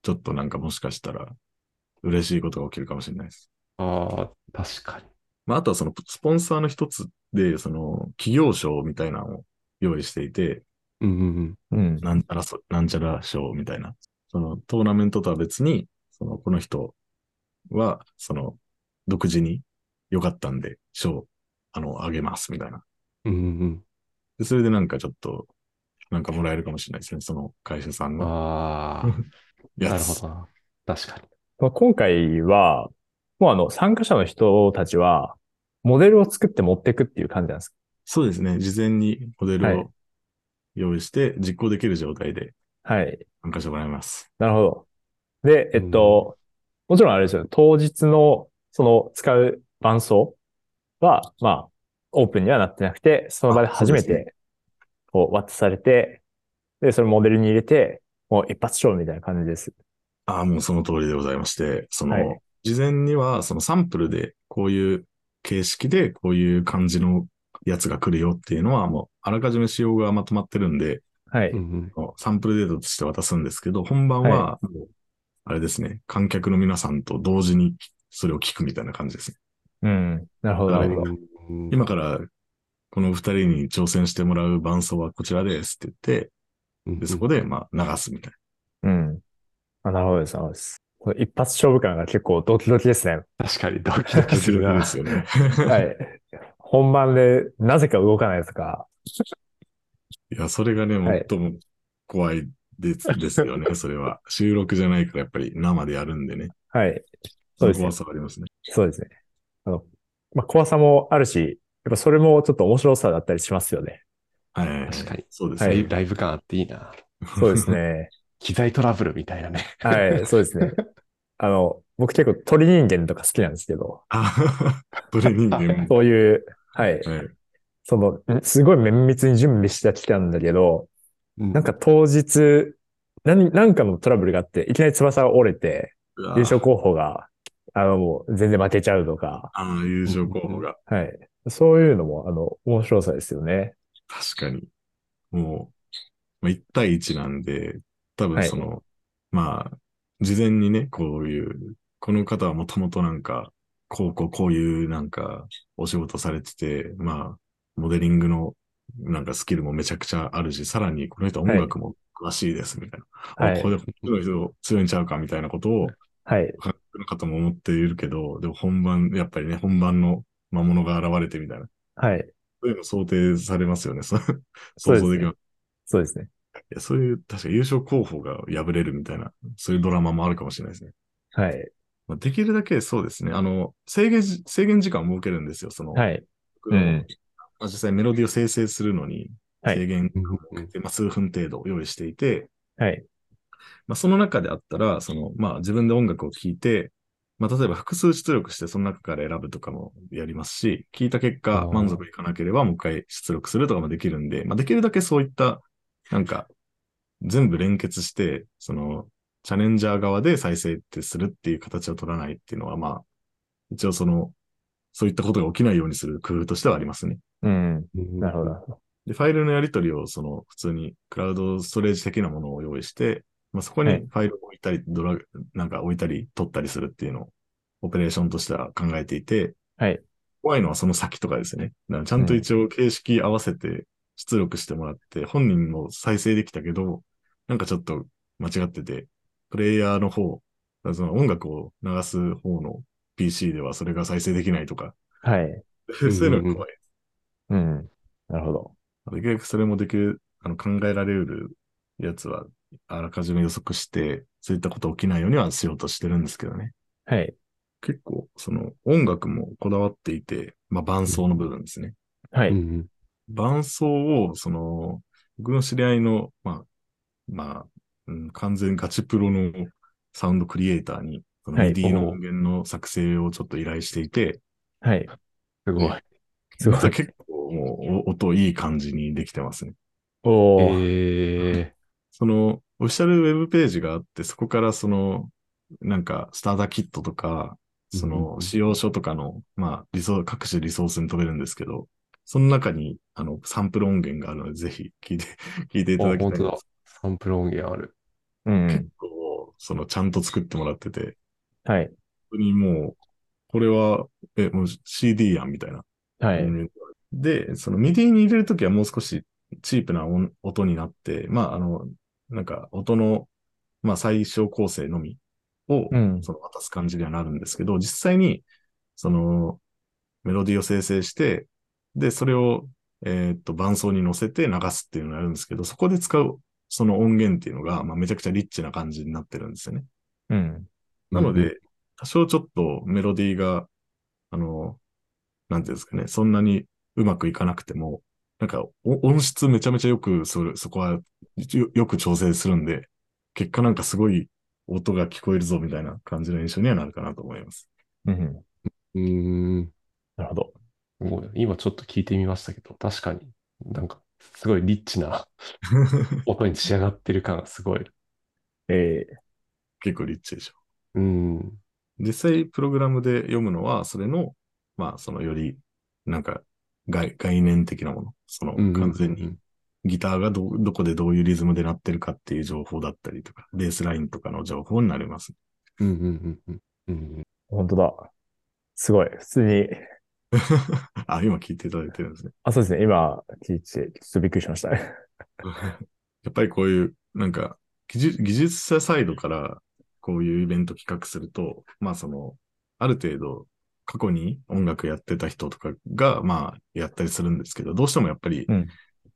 ちょっとなんかもしかしたら嬉しいことが起きるかもしれないです。
ああ、確かに。
まあ、あとはそのスポンサーの一つで、その企業賞みたいなのを用意していて、
うんうんうん。
うん。
なんちゃらそ、なんちゃら賞みたいな。そのトーナメントとは別に、そのこの人は、その独自に良かったんで賞、あの、あげますみたいな。
うんうん
で、それでなんかちょっと、なんかもらえるかもしれないですね。その会社さん
うん。
の
ああ、
やつ。
なるほどな。確かに。
まあ、今回は、もうあの、参加者の人たちは、モデルを作って持っていくっていう感じなんです。
そうですね。事前にモデ
は
ル
い
を用意して実行できる状態で
はい。
参加してもらいます。
なるほど。で、えっと、もちろんあれですよね。当日の、その使う伴奏は、まあ、オープンにはなってなくて、その場で初め
あそうです
て、こう、渡されて、で、それモデルに入れて、もう一発勝負みたいな感じです。
ああ、もうその通りでございまして、その、
はい
事前にはそのサンプルでこういう形式でこういう感じのやつが来るよっていうのはもうあらかじめ仕様がまとまってるんで、
はい。
うんうん。
サンプルデータとして渡すんですけど、本番は、もうあれですね、観客の皆さんと同時にそれを聞くみたいな感じですね。
うん。なるほど、な
な
るほ
るほ
ど。
うん
今からこの二人に挑戦してもらう伴奏はこちらですって言って、
うん
で、そこで、まあ、流すみたい
うん。あ、なるほどです、なるほどです。この一発勝負感が結構ドキドキですね。
確かにドキドキ
な。
するな。
ですよね。
はい。本番でなぜか動かないとか。
いや、それがね、
はい
最も怖い
(laughs)
です,、ですよね、それは。収録じゃないから、やっぱり生でやるんでね。
はい。そうですね
の怖さはありますね。
そうですね。あの、まあ、怖さもあるし、やっぱそれもちょっと面白さだったりしますよね。
はいはいはい。
確かに
そうです
は
ね。
い
ライブ感あっていいな。
そうですね。
機材トラブルみたいなね。
はい、そうですね。あの、僕結構鳥人間とか好きなんですけど、
あ (laughs) どれ人間も。
そういう、はい、
はい
(laughs) その、すごい綿密に準備してきたんだけど、
な
なんか、当日、何、なんかのトラブルがあって、いきなり翼が折れて、
うわ
優勝候補が、あの、もう全然負けちゃうとか、
ああ、優勝候補が。
はい。そういうのも、あの、面白さですよね。
確かに。もう、まあ、1対1なんで、多分その、まあ、事前にね、こういう、この方はもともとなんか、こうこうこういうなんか、お仕事されてて、まあ、モデリングのなんかスキルもめちゃくちゃあるし、さらにこの人は音楽も詳しいですみたいな。
は
あ
い
こ。れこの人強いんちゃうかみたいなことを、
はい。
他の方も思っているけど、でも本番、やっぱりね、本番の魔物が現れてみたいな。
はい。
そういうの想定されますよね。そう (laughs)
そう
想
ですね
像できます。
そうですね。
いや、そういう、確か優勝候補が敗れるみたいな、そういうドラマもあるかもしれないですね。
はい。
まあ、できるだけそうですね。あの、制限じ、制限時間を設けるんですよ。その、
はい。う
曲を、
ん。
まあ、実際メロディーを生成するのに
はい
制限
うんうん
で、まあ、数分程度用意していて、
はい。
まあ、その中であったら、その、まあ、自分で音楽を聴いて、まあ、例えば複数出力してその中から選ぶとかもやりますし、聴いた結
あ
果
ー
満足いかなければもう一回出力するとかもできるんで、まあ、できるだけそういった、なんか、全部連結して、その、チャレンジャー側で再生ってするっていう形を取らないっていうのは、まあ、一応その、そういったことが起きないようにする工夫としてはありますね。
うん。
うん
なるほど。
で、ファイルのやり取りを、その、普通にクラウドストレージ的なものを用意して、まあ、そこに
はい
ファイルを置いたり、ドラ、なんか置いたり、取ったりするっていうのを、オペレーションとしては考えていて、
はい。
怖いのはその先とかですね。だからちゃんと
うん
一応形式合わせて出力してもらって、本人も再生できたけど、なんかちょっと間違ってて、プレイヤーの方、だからその音楽を流す方の PC ではそれが再生できないとか、
はい。
そういうのが怖い。
うん。なるほど。
できるだけそれもできる、あの考えられるやつは、あらかじめ予測して、そういったこと起きないようにはしようとしてるんですけどね。
はい。
結構、その音楽もこだわっていて、まあ伴奏の部分ですね。
は
う
い。
ん
伴奏を、その、僕の知り合いの、まあ、まあ、うん、完全ガチプロのサウンドクリエイターに、その
はい
MIDI
お
の
お
音源の作成をちょっと依頼してい
(laughs)
て、
はい。
すごい。
すごい
また。結構もうお音いい感じにできてますね。
おー。
え
その、オフィシャルウェブページがあって、そこからその、なんか、スターダーキットとか、そ
うんうんう
の、
ん
使用書とかの、まあ、リソー各種リソースに飛べるんですけど、その中に、あの、サンプル音源があるので、ぜひ聞いて、 (laughs) 聞いてい
ー、
ただ
あ、
きたい
本
ん
当
で
だ。サンプル音源ある。
うん。
こう、その、ちゃんと作ってもらってて、
はい。
本当にもう、これは、え、もう CD やん、みたいな。
はい。
で、その MIDI に入れるときはもう少しチープな音音になって、まあ、あの、なんか音の、まあ、最小構成のみを
う、ん。
その渡す感じにはなるんですけど、実際に、その、メロディーを生成して、で、それを、えーっと、伴奏に乗せて流すっていうのをやるんですけど、そこで使う、その音源っていうのが、まあ、めちゃくちゃリッチな感じになってるんですよね。
うん。
なので、多少ちょっとメロディーが、あの、なんていうんですかね、そんなにうまくいかなくても、なんかお音質めちゃめちゃよくそれ、そこはよよく調整するんで、結果なんかすごい音が聞こえるぞみたいな感じの印象にはなるかなと思い
(laughs)
ます。
うん。
うん、うん
なるほど。
すごい今ちょっと聞いてみましたけど、確かになんかすごいリッチ
(laughs)
な音に仕上がってる感がすごい。
ええ。
結構リッチでしょ。
うん。
実際プログラムで読むのは、それの、まあそのより、なんか概概念的なもの、その完全にギターがど、どこでどういうリズムで鳴ってるかっていう情報だったりとか、ベースラインとかの情報になります。 (laughs)
うんうんうんうんうん。
本当だ。すごい。普通に、
あ、今聞いていただいてるんですね。 (laughs)
あ、そうですね。今、聞いて、ちょっとびっくりしました。 (laughs)
やっぱりこういう、なんか、技術技術者サイドからこういうイベント企画すると、まあその、ある程度、過去に音楽やってた人とかが、まあ、やったりするんですけど、どうしてもやっぱり
うん、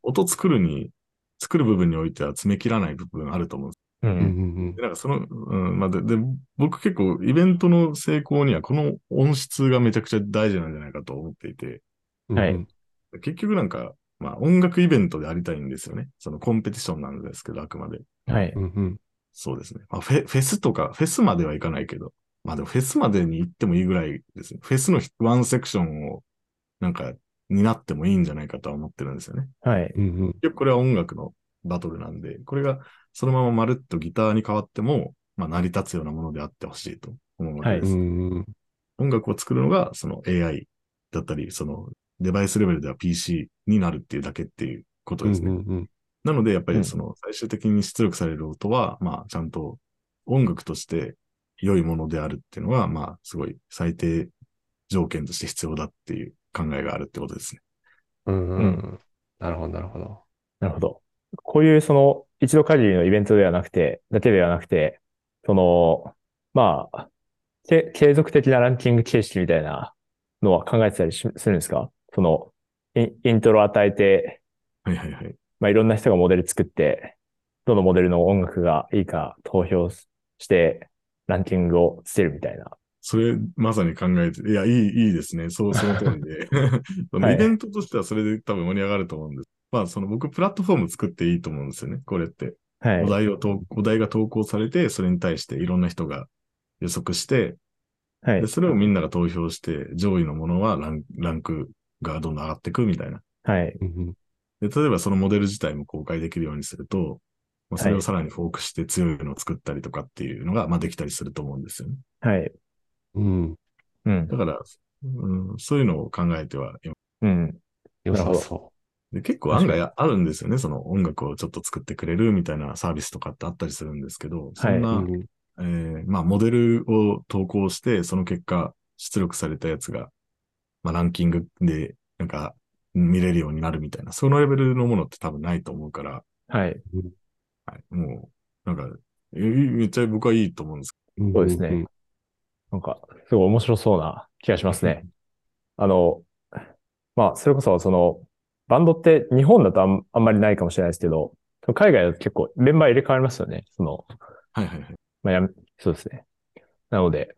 音作るに、作る部分においては詰め切らない部分あると思うんです
う。
うんん
でなんかその、うん、まあ、で、で、僕結構イベントの成功にはこの音質がめちゃくちゃ大事なんじゃないかと思っていて、
うん
はい
うん
結局なんか、まあ音楽イベントでありたいんですよね。そのコンペティションなんですけど、あくまで。
はい。
うんうん。
そうですね。まあフェフェスとか、フェスまではいかないけど、まあでもフェスまでに行ってもいいぐらいですね。フェスのワンセクションを、なんか、担ってもいいんじゃないかとは思ってるんですよね。
はい。
うんうん。
結局これは音楽のバトルなんで、これがそのまままるっとギターに変わっても、まあ成り立つようなものであってほしいと思うわけです。
うんうん
音楽を作るのがその AI だったり、そのデバイスレベルでは PC になるっていうだけっていうことですね。
うん
なので、やっぱりその最終的に出力される音は、まあちゃんと音楽として良いものであるっていうのは、まあすごい最低条件として必要だっていう考えがあるってことですね。
うんうん。なるほど、なるほど。
なるほど。こういう、その、一度限りのイベントではなくて、だけではなくて、その、まあ、け継続的なランキング形式みたいなのは考えてたりしするんですかその、インイントロ与えて、
はいはいはい。
まあ、いろんな人がモデル作って、どのモデルの音楽がいいか投票しして、ランキングを捨てるみたいな
それ、まさに考えて、いや、いい、いいですね。そう、その通
(laughs)
りで。そ
は
の
い
イベントとしてはそれで多分盛り上がると思うんです。まあ、その僕、プラットフォーム作っていいと思うんですよね。これって。
はい
お。題を投、お題が投稿されて、それに対していろんな人が予測して、
はい
で、。それをみんなが投票して、上位のものはランランクがどんどん上がっていくみたいな。
はい。
うん
で、例えばそのモデル自体も公開できるようにすると、まあ、それ
は
を
い
さらにフォークして強いのを作ったりとかっていうのが、まあできたりすると思うんですよね。
はい。
うん。
うん
だ。から、うん、そういうのを考えては今
うん。
良さそ
で結構案外あるんですよね。その音楽をちょっと作ってくれるみたいなサービスとかってあったりするんですけど、そん
う。
な、
うん
えーまあ、モデルを投稿して、その結果、出力されたやつが、まあ、ランキングで、なんか、見れるようになるみたいな、そのレベルのものって多分ないと思うから、
はい。
はい、もう、なんか、えめっちゃ僕はいいと思うんです
そうですね
ん
なんか、すごい面白そうな気がしますね。あの、まあ、それこそ、その、バンドって日本だとあんあんまりないかもしれないですけど、海外だと結構メンバー入れ替わりますよね。その、
はいはいはい。
まあ、やめそうですね。なので、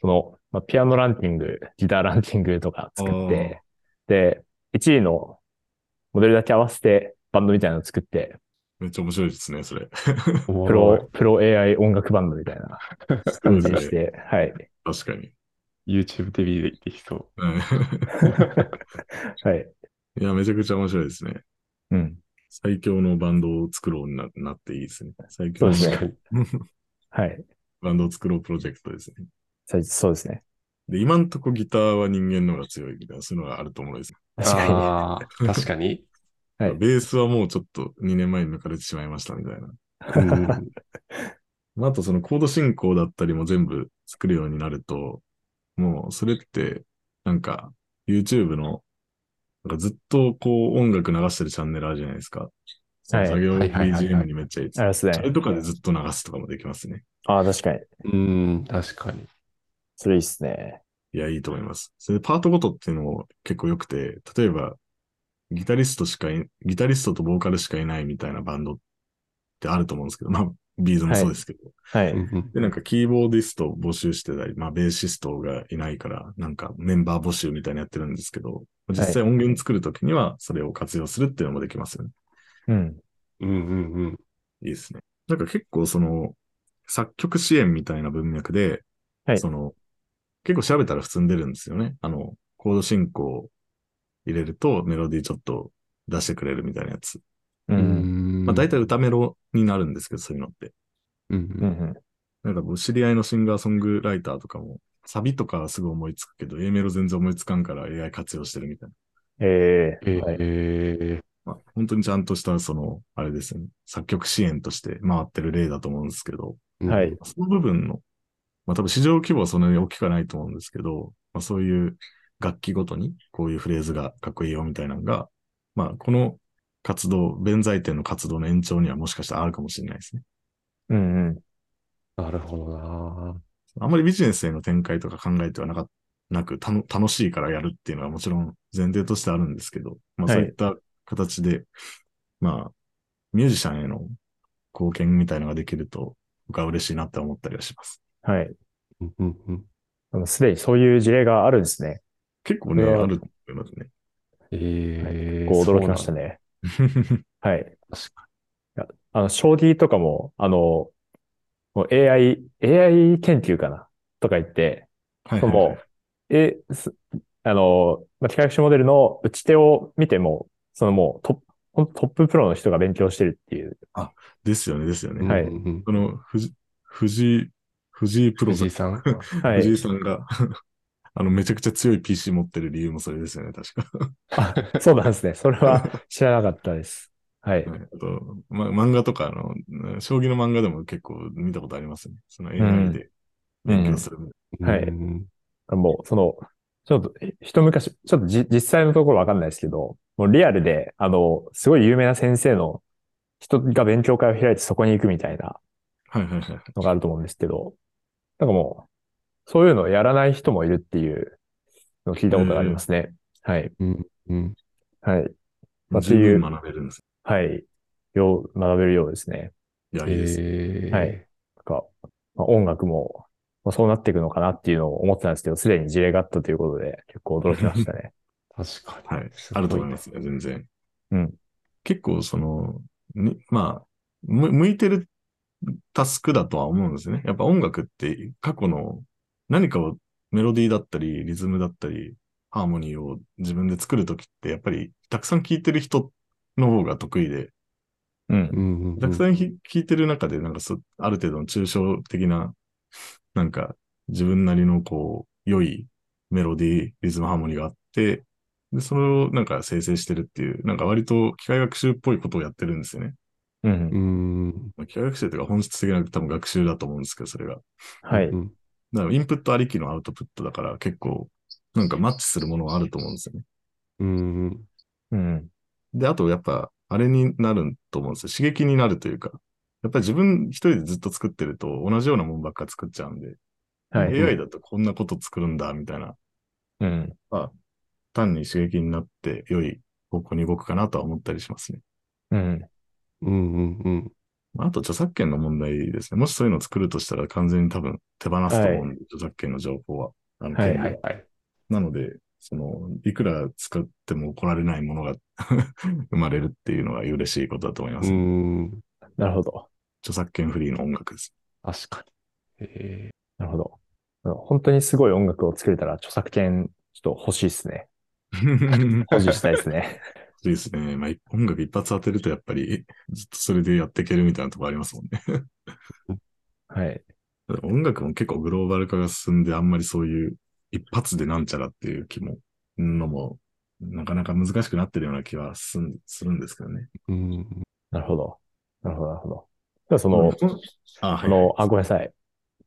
その、まあ、ピアノランキング、ギターランキングとか作って、で、1位のモデルだけ合わせてバンドみたいなの作って、
めっちゃ面白いですね、それ。
おも
プ
ろい
ロ、プロ AI 音楽バンドみたいな感じにして、はい。
(laughs) 確かに。
YouTube デビューできてきそう。
うん
はい。
(laughs) いや、めちゃくちゃ面白いですね。
うん。
最強のバンドを作ろうにななっていいですね。最強の
そうです
確かに。
はい。
バンドを作ろうプロジェクトですね。
そうそうですね。
で、今んとこギターは人間の方が強いみたいな、そういうのがあると思うんです。
確かに。
ああ、確かに。
はい
ベースはもうちょっと2年前に抜かれてしまいましたみたいな。
うん
まああとそのコード進行だったりも全部作るようになると、もうそれってなんか YouTube のなんかずっとこう音楽流してるチャンネルあるじゃないですか。その作
は
業
いはいはいはいは
BGM
い
にめっちゃいいやつ
あれですね
そ。れとかでずっと流すとかもできますね。
ああ、確かに。
(laughs) うん、確かに。
それいいっすね。
いや、いいと思います。それでパートごとっていうのも結構良くて、例えばギタリストしかい、ギタリストとボーカルしかいないみたいなバンドってあると思うんですけど、 (laughs) まあビーズもそうですけど。
はい。
うん
で、なんかキーボーディストを募集してたり、まあベーシストがいないから、なんかメンバー募集みたいなのやってるんですけど、実際音源作るときにはそれを活用するっていうのもできますよね。
うん。
うんうんうん。
いいですね。なんか結構その、作曲支援みたいな文脈で、
はい
その、結構調べたら普通に出るんですよね。あの、コード進行入れるとメロディーちょっと出してくれるみたいなやつ。
う。
うんん
まあ大体歌メロになるんですけど、そういうのって。
う
う
んん。
なんかこう知り合いのシンガーソングライターとかも、サビとかはすぐ思いつくけど、A メロ全然思いつかんから AI 活用してるみたいな。
え
え
え。はい。
え
まあ、本当にちゃんとした、その、あれですね、作曲支援として回ってる例だと思うんですけど、
ー
はい。
その部分の、まあ多分市場規模はそんなに大きくはないと思うんですけど、まあそういう楽器ごとにこういうフレーズがかっこいいよみたいなのが、まあこの活動、弁財天の活動の延長にはもしかしたらあるかもしれないですね。
うんうん。
なるほどな。
あんまりビジネスへの展開とか考えてはなかなくたの、楽しいからやるっていうのはもちろん前提としてあるんですけど、まあ
は
そ
いう
いった形で、まあ、ミュージシャンへの貢献みたいのができると、僕は嬉しいなって思ったりはします。
はい。
うんうんうん
あのすでにそういう事例があるんですね。
結構ね、
これは
あると思いますね。
ええ
こう驚きました。ね。はい。
そう
あの、将棋とかも、あの、もう AI、AI 研究かなとか言って、
はい
その、え、すあの、まあ、機械学習モデルの打ち手を見ても、そのもうトップ、ほんとトッププロの人が勉強してるっていう。
ですよね、ですよ
なん
ね。
だ。
はい
うんうんうん
この、藤、藤井、藤井プロ
藤
さん
井、さん。
はい。
(laughs) 藤井さんが、あの、めちゃくちゃ強い PC 持ってる理由もそれですよね、確か。
そうなんですね。それは知らなかったです。はい。
はいあと、ま、漫画とかの、将棋の漫画でも結構見たことありますね。その AI で勉強するみたい
はい
うん
もう、その、ちょっと、一昔、ちょっとじ実際のところわかんないですけど、もうリアルで、あの、すごい有名な先生の人が勉強会を開いてそこに行くみたいな
な。はいはいはい。
のがあると思うんですけど、なんかもう、そういうのをやらない人もいるっていうのを聞いたことがありますね。はい。
うんうん
はい。まあ
十分学べるんです。
はい。よう、学べるようですね。
いや、いいです。
ええ
はいなんか、まあ、音楽も、まあ、そうなっていくのかなっていうのを思ってたんですけど、すでに事例があったということで、結構驚きましたね。
確かに。
はい
す。ご
あ
い
ると思いますね、全然。
うん。
結構、その、にまあ、む向いてるタスクだとは思うんですね。やっぱ音楽って過去の何かをメロディーだったり、リズムだったり、ハーモニーを自分で作るときって、やっぱりたくさん聴いてる人の方が得意で、
うん。
うんうんうん
たくさんひ聴いてる中で、なんかそある程度の抽象的な、なんか自分なりのこう、良いメロディー、リズムハーモニーがあって、で、それをなんか生成してるっていう、なんか割と機械学習っぽいことをやってるんですよね。
うん
う。ん。
まあ機械学習というか本質的な多分学習だと思うんですけど、それが。
はい。
うん
だからインプットありきのアウトプットだから結構、なんかマッチするものはあると思うんですよね。
うん。
うん。
で、あとやっぱ、あれになると思うんですよ。刺激になるというか。やっぱり自分一人でずっと作ってると同じようなもんばっか作っちゃうんで、
はい。
AI だとこんなこと作るんだ、みたいな、
うん。
単に刺激になって良い方向に動くかなとは思ったりしますね。
うん。
うんうんうん。
まああと著作権の問題ですね。もしそういうのを作るとしたら完全に多分手放すと思うんで、著作権の情報は。あの
はい
はいはいはい。
なので、その、いくら使っても怒られないものが (laughs) 生まれるっていうのが嬉しいことだと思いま
う
す。
ん。
なるほど。
著作権フリーの音楽
(laughs)
です。
確かに。え
なるほど。あの本当にすごい音楽を作れたら著作権ちょっと欲しいですね。保持したいです
(laughs)
ね。
そうですね。まあ、音楽一発当てるとやっぱりずっとそれでやっていけるみたいなとこありますもんね。
はい。
音楽も結構グローバル化が進んであんまりそういう一発でなんちゃらっていう気も、のも、なかなか難しくなってるような気はすんするんですけどね。
ーうん。
なるほど。なるほど、なるほど。ではそ
うん
の、
あ、は
あ
い。
の、あ、ごめんなさい。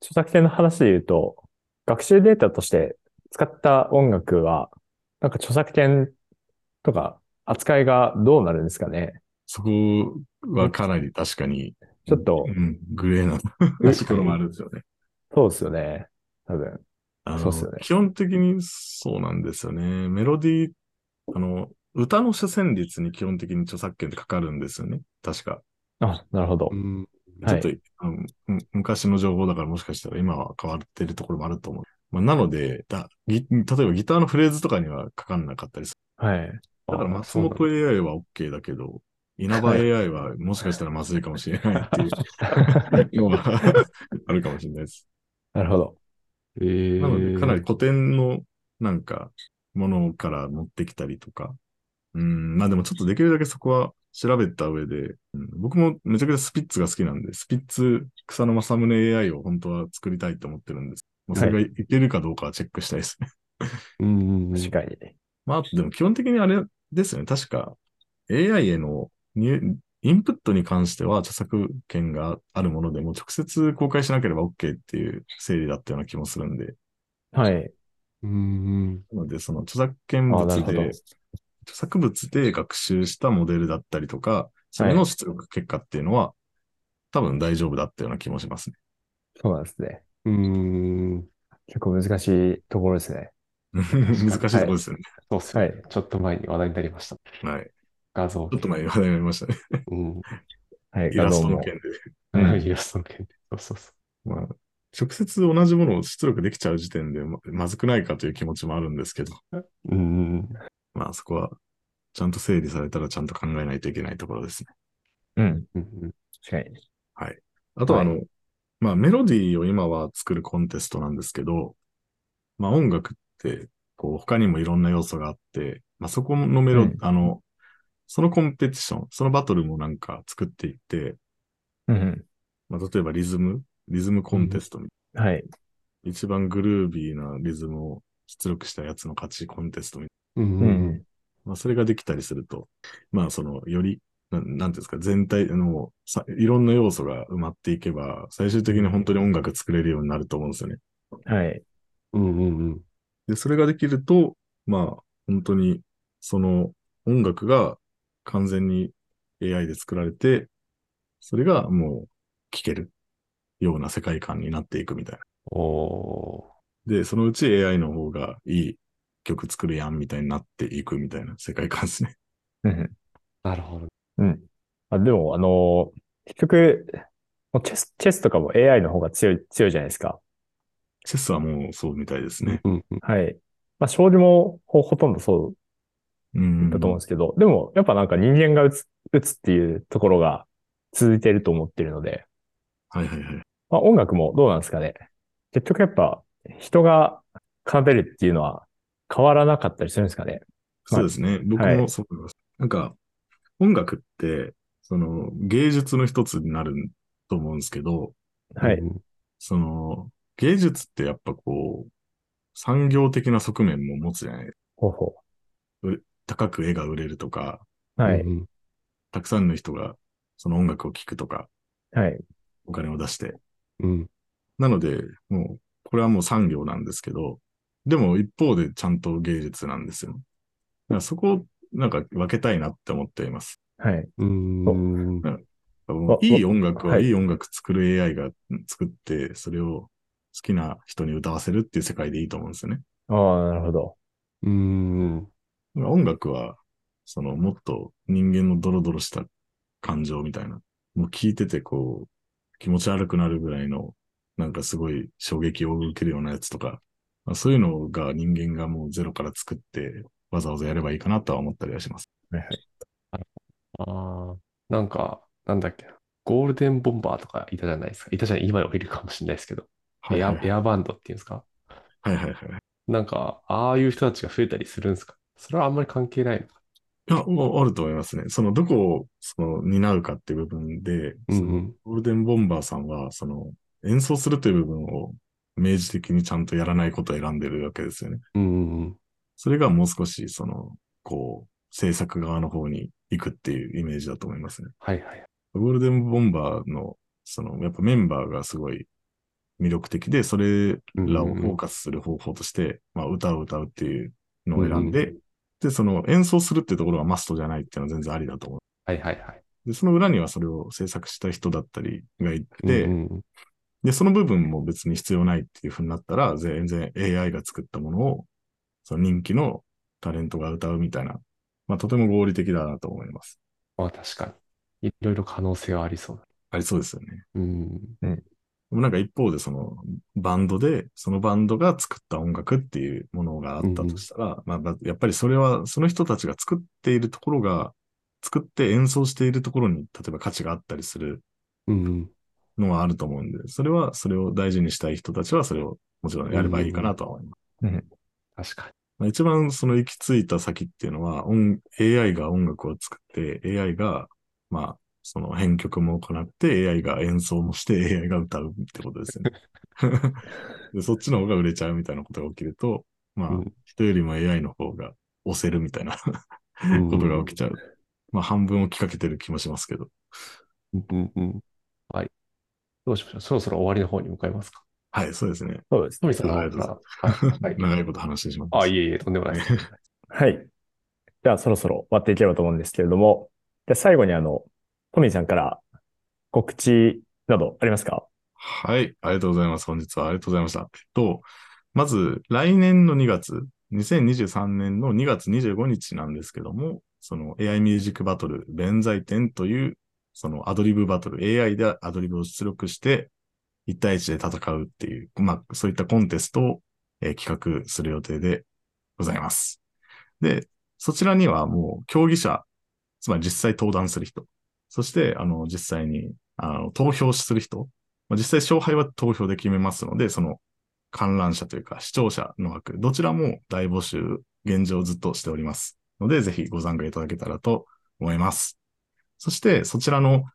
著作権の話で言うと、学習データとして使った音楽は、なんか著作権とか扱いがどうなるんですかね。
そこはかなり確かに、
ちょっと
う、ん、グレーな
うん
(laughs) ところもあるんですよね。
そうですよね。多分。
あの
そうっすよね
基本的にそうなんですよね。メロディー、あの、歌の主旋律に基本的に著作権ってかかるんですよね。確か。
あ、なるほど
う。ん。
は
ちょ
い
っと、あのむ昔の情報だからもしかしたら今は変わってるところもあると思う。まあ、なのでだぎ例えばギターのフレーズとかにはかかんなかったりする。
はい。
だから
あ
松
そうなんだ
本 AI は OK だけど、稲葉 AI はもしかしたらまずいかもしれないっていうのが (laughs) あるかもしれないです。
(laughs) なるほど。
えー
なので、かなり古典の、なんか、ものから持ってきたりとか。うん、まあでもちょっとできるだけそこは調べた上で、うん僕もめちゃくちゃスピッツが好きなんで、スピッツ草野正宗 AI を本当は作りたいと思ってるんです。もうそれがいけるかどうかはチェックしたいです (laughs) ね。
うんうんうん。
確かに。
まああとでも基本的にあれですよね。確か AI への入インプットに関しては著作権があるものでも直接公開しなければ OK っていう整理だったような気もするんで、
はい。
うん
なので、その著作権物
あなる
で、
ほど
著作物で学習したモデルだったりとか、それの出力結果っていうのは、多分大丈夫だったような気もしますね。
そうなんですね。
うん。うん。
結構難しいところですね。
(laughs) 難しいところですよね。
そうっす
は
ね。
い。
ちょっと前に話題になりました。
はい。
画像
ちょっと前に話題になりましたね。
うん。
はい。
イラスト
画像
の
も
件で。
うん
イラストの件で。そうそうそ
まあ、直接同じものを出力できちゃう時点でままずくないかという気持ちもあるんですけど、
う。うん。
まあそこは、ちゃんと整理されたらちゃんと考えないといけないところですね。
うん。
うん
確かに。
あとはあの、
は
まあメロディーを今は作るコンテストなんですけど、まあ音楽って、こう他にもいろんな要素があって、まあそこのメロ、
うん
あの、そのコンペティション、そのバトルもなんか作っていって、
うん
まあ例えばリズム、リズムコンテストみた
う
い
ん。はい。
な、一番グルービーなリズムを出力したやつの勝ちコンテストみたい
うん
う
うん。
ん。
な、まあそれができたりすると、まあそのより、ななんていうんですか、全体のさいろんな要素が埋まっていけば、最終的に本当に音楽作れるようになると思うんですよね。
はい。
うんうん
で、それができると、まあ、本当に、その音楽が完全に AI で作られて、それがもう聴けるような世界観になっていくみたい
お
な。で、そのうち AI の方がいい曲作るやんみたいになっていくみたいな世界観ですね。 (laughs)
うん。
ー。なるほど。
うん。あ、でも、あのー結局、もうチェス、チェスとかも AI の方が強い、強いじゃないですか。
チェスはもうそうみたいですね。
うんうん。。
はい。まあ、将棋もほほとんどそう
うん。
だと思うんですけど、でも、やっぱなんか人間が打つ、打つっていうところが続いてると思ってるので、
はいはいはい。
まあ、音楽もどうなんですかね。結局やっぱ人が奏でるっていうのは変わらなかったりするんですかね。
そうですね。僕
は
も
い
そう思います。なんか、音楽って、その、芸術の一つになると思うんですけど、
はいう
ん
その、芸術ってやっぱこう、産業的な側面も持つじゃない
ほうほ
高く絵が売れるとか、
う。はい。
うん
たくさんの人がその音楽を聴くとか、
はい。
お金を出して。
うん。
なので、もう、これはもう産業なんですけど、でも一方でちゃんと芸術なんですよ。だからそこをなんか分けたいなって思っています。
はい。
うん。
あ
いい音楽は
はい
いい音楽作る AI が作って、それを好きな人に歌わせるっていう世界でいいと思うんですよね。
ああ、なるほど。
うん。
音楽は、そのもっと人間のドロドロした感情みたいな、もう聴いててこう、気持ち悪くなるぐらいの、なんかすごい衝撃を受けるようなやつとか、まあそういうのが人間がもうゼロから作って、わざわざやればいいかなとは思ったりはします。
はいはい。
ああ、なんか、なんだっけな、ゴールデンボンバーとかいたじゃないですか。いたじゃない、今はいるかもしれないですけど、
はいはい
エア、エアバンドっていうんですか。
はいはいはい。
なんか、ああいう人たちが増えたりするんですか。それはあんまり関係ないのか。
いや、もうあると思いますね。その、どこを、その、担うかっていう部分で、
うん
そ
うん
のゴールデンボンバーさんは、その、演奏するという部分を、明示的にちゃんとやらないことを選んでるわけですよね。
うんうん
それがもう少し、その、こう、制作側の方に行くっていうイメージだと思いますね。
はいはい。
ゴールデンボンバーの、その、やっぱメンバーがすごい魅力的で、それらをフォーカスする方法として、まあ、歌を歌うっていうのを選ん
う
で、で、その、演奏するっていうところがマストじゃないっていうのは全然ありだと思う。
はいはいはい。
で、その裏にはそれを制作した人だったりがいて、
うんうん
で、その部分も別に必要ないっていう風になったら、全然 AI が作ったものを、その人気のタレントが歌うみたいな、まあ、とても合理的だなと思います。
まあ確かに。いろいろ可能性はありそうだ。
ありそうですよね。
うん。
でもなんか一方でそのバンドで、そのバンドが作った音楽っていうものがあったとしたら、まあまあ、やっぱりそれはその人たちが作っているところが、作って演奏しているところに、例えば価値があったりする
うんうん。
のはあると思うんで、それは、それを大事にしたい人たちは、それをもちろんやればいいかなとは思います。
確か
まあ一番その行き着いた先っていうのは、音 AI が音楽を作って、AI が、まあ、その編曲も行って、AI が演奏もして、AI が歌うってことです
(laughs)
よね。でそっちの方が売れちゃうみたいなことが起きると、まあ、
うん
人よりも AI の方が押せるみたいなこ
に。うんう
と
ん
が起きちゃう。まあ、半分起きかけてる気もしますけど。
うんうんうん。はい。どうしましょう。そろそろ終わりの方に向かいますか。
はい、そうですね。
そうです
ト
ね。
ミさん、
あり
何
がとうござい
かはい
(laughs)
はい。
長いこと話してしまって。
あ、いえいえ、とんでもないです。
はい。じゃあそろそろ終わっていければと思うんですけれども、じゃあ最後にあの、トミーさんから告知などありますか
はい、ありがとうございます。本日はありがとうございました。えっと、まず、来年の2月、2023年の2月25日なんですけども、その AI ミュージックバトル、弁財天という、そのアドリブバトル、AI でアドリブを出力して、1対1で戦うっていう、まあ、そういったコンテストを、えー企画する予定でございます。で、そちらにはもう競技者、つまり実際登壇する人、そして、あの、実際に、あの、投票する人、まあ実際勝敗は投票で決めますので、その観覧者というか視聴者の枠、どちらも大募集、現状ずっとしておりますので、ぜひご参加いただけたらと思います。そして、そちらの、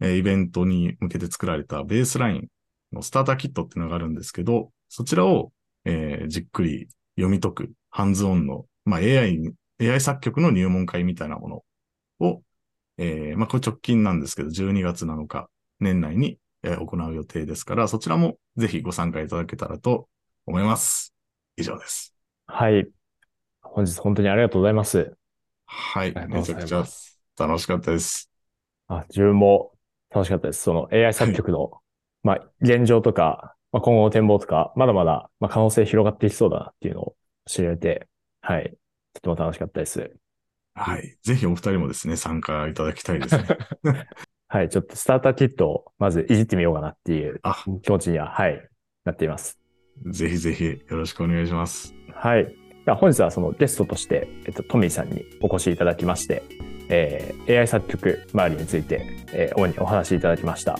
えーイベントに向けて作られたベースラインのスターターキットっていうのがあるんですけど、そちらを、えーじっくり読み解く、ハンズオンの、まあ、AI に、AI 作曲の入門会みたいなものを、えーまあ、これ直近なんですけど、12月7日、年内にえー行う予定ですから、そちらもぜひご参加いただけたらと思います。以上です。
はい。本日本当にありがとうございます。
は
あ
い。
りがとう
め
ご
ち
ざ
ゃく
い
ちゃ
ます。
楽しかったです。
あ、自分も楽しかったです。その AI 作曲の、まあ、現状とか、まあ、今後の展望とか、まだまだ、まあ、可能性広がっていきそうだなっていうのを知れて、はい。とても楽しかったです。
はい。ぜひお二人もですね、参加いただきたいですね。
(laughs)
はい。ちょっとスターターキットをまずいじってみようかなっていう
あ、
気持ちには、はい、なっています。
ぜひぜひよろしくお願いします。
はい。では本日はそのゲストとして、えっと、トミーさんにお越しいただきまして、えー AI 作曲周りについて、えー主にお話しいただきました。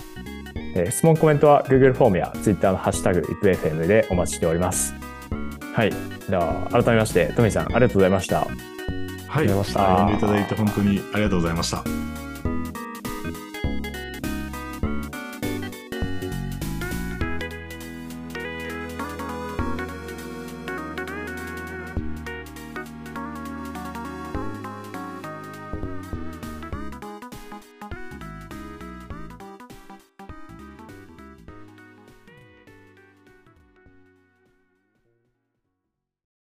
えー質問、コメントは Google フォームや Twitter のハッシュタグ IPFM でお待ちしております。はい。では、改めまして、トミーさん、ありがとうございました。
はい。
ありがとうございました
呼んでいただいて本当にありがとうございました。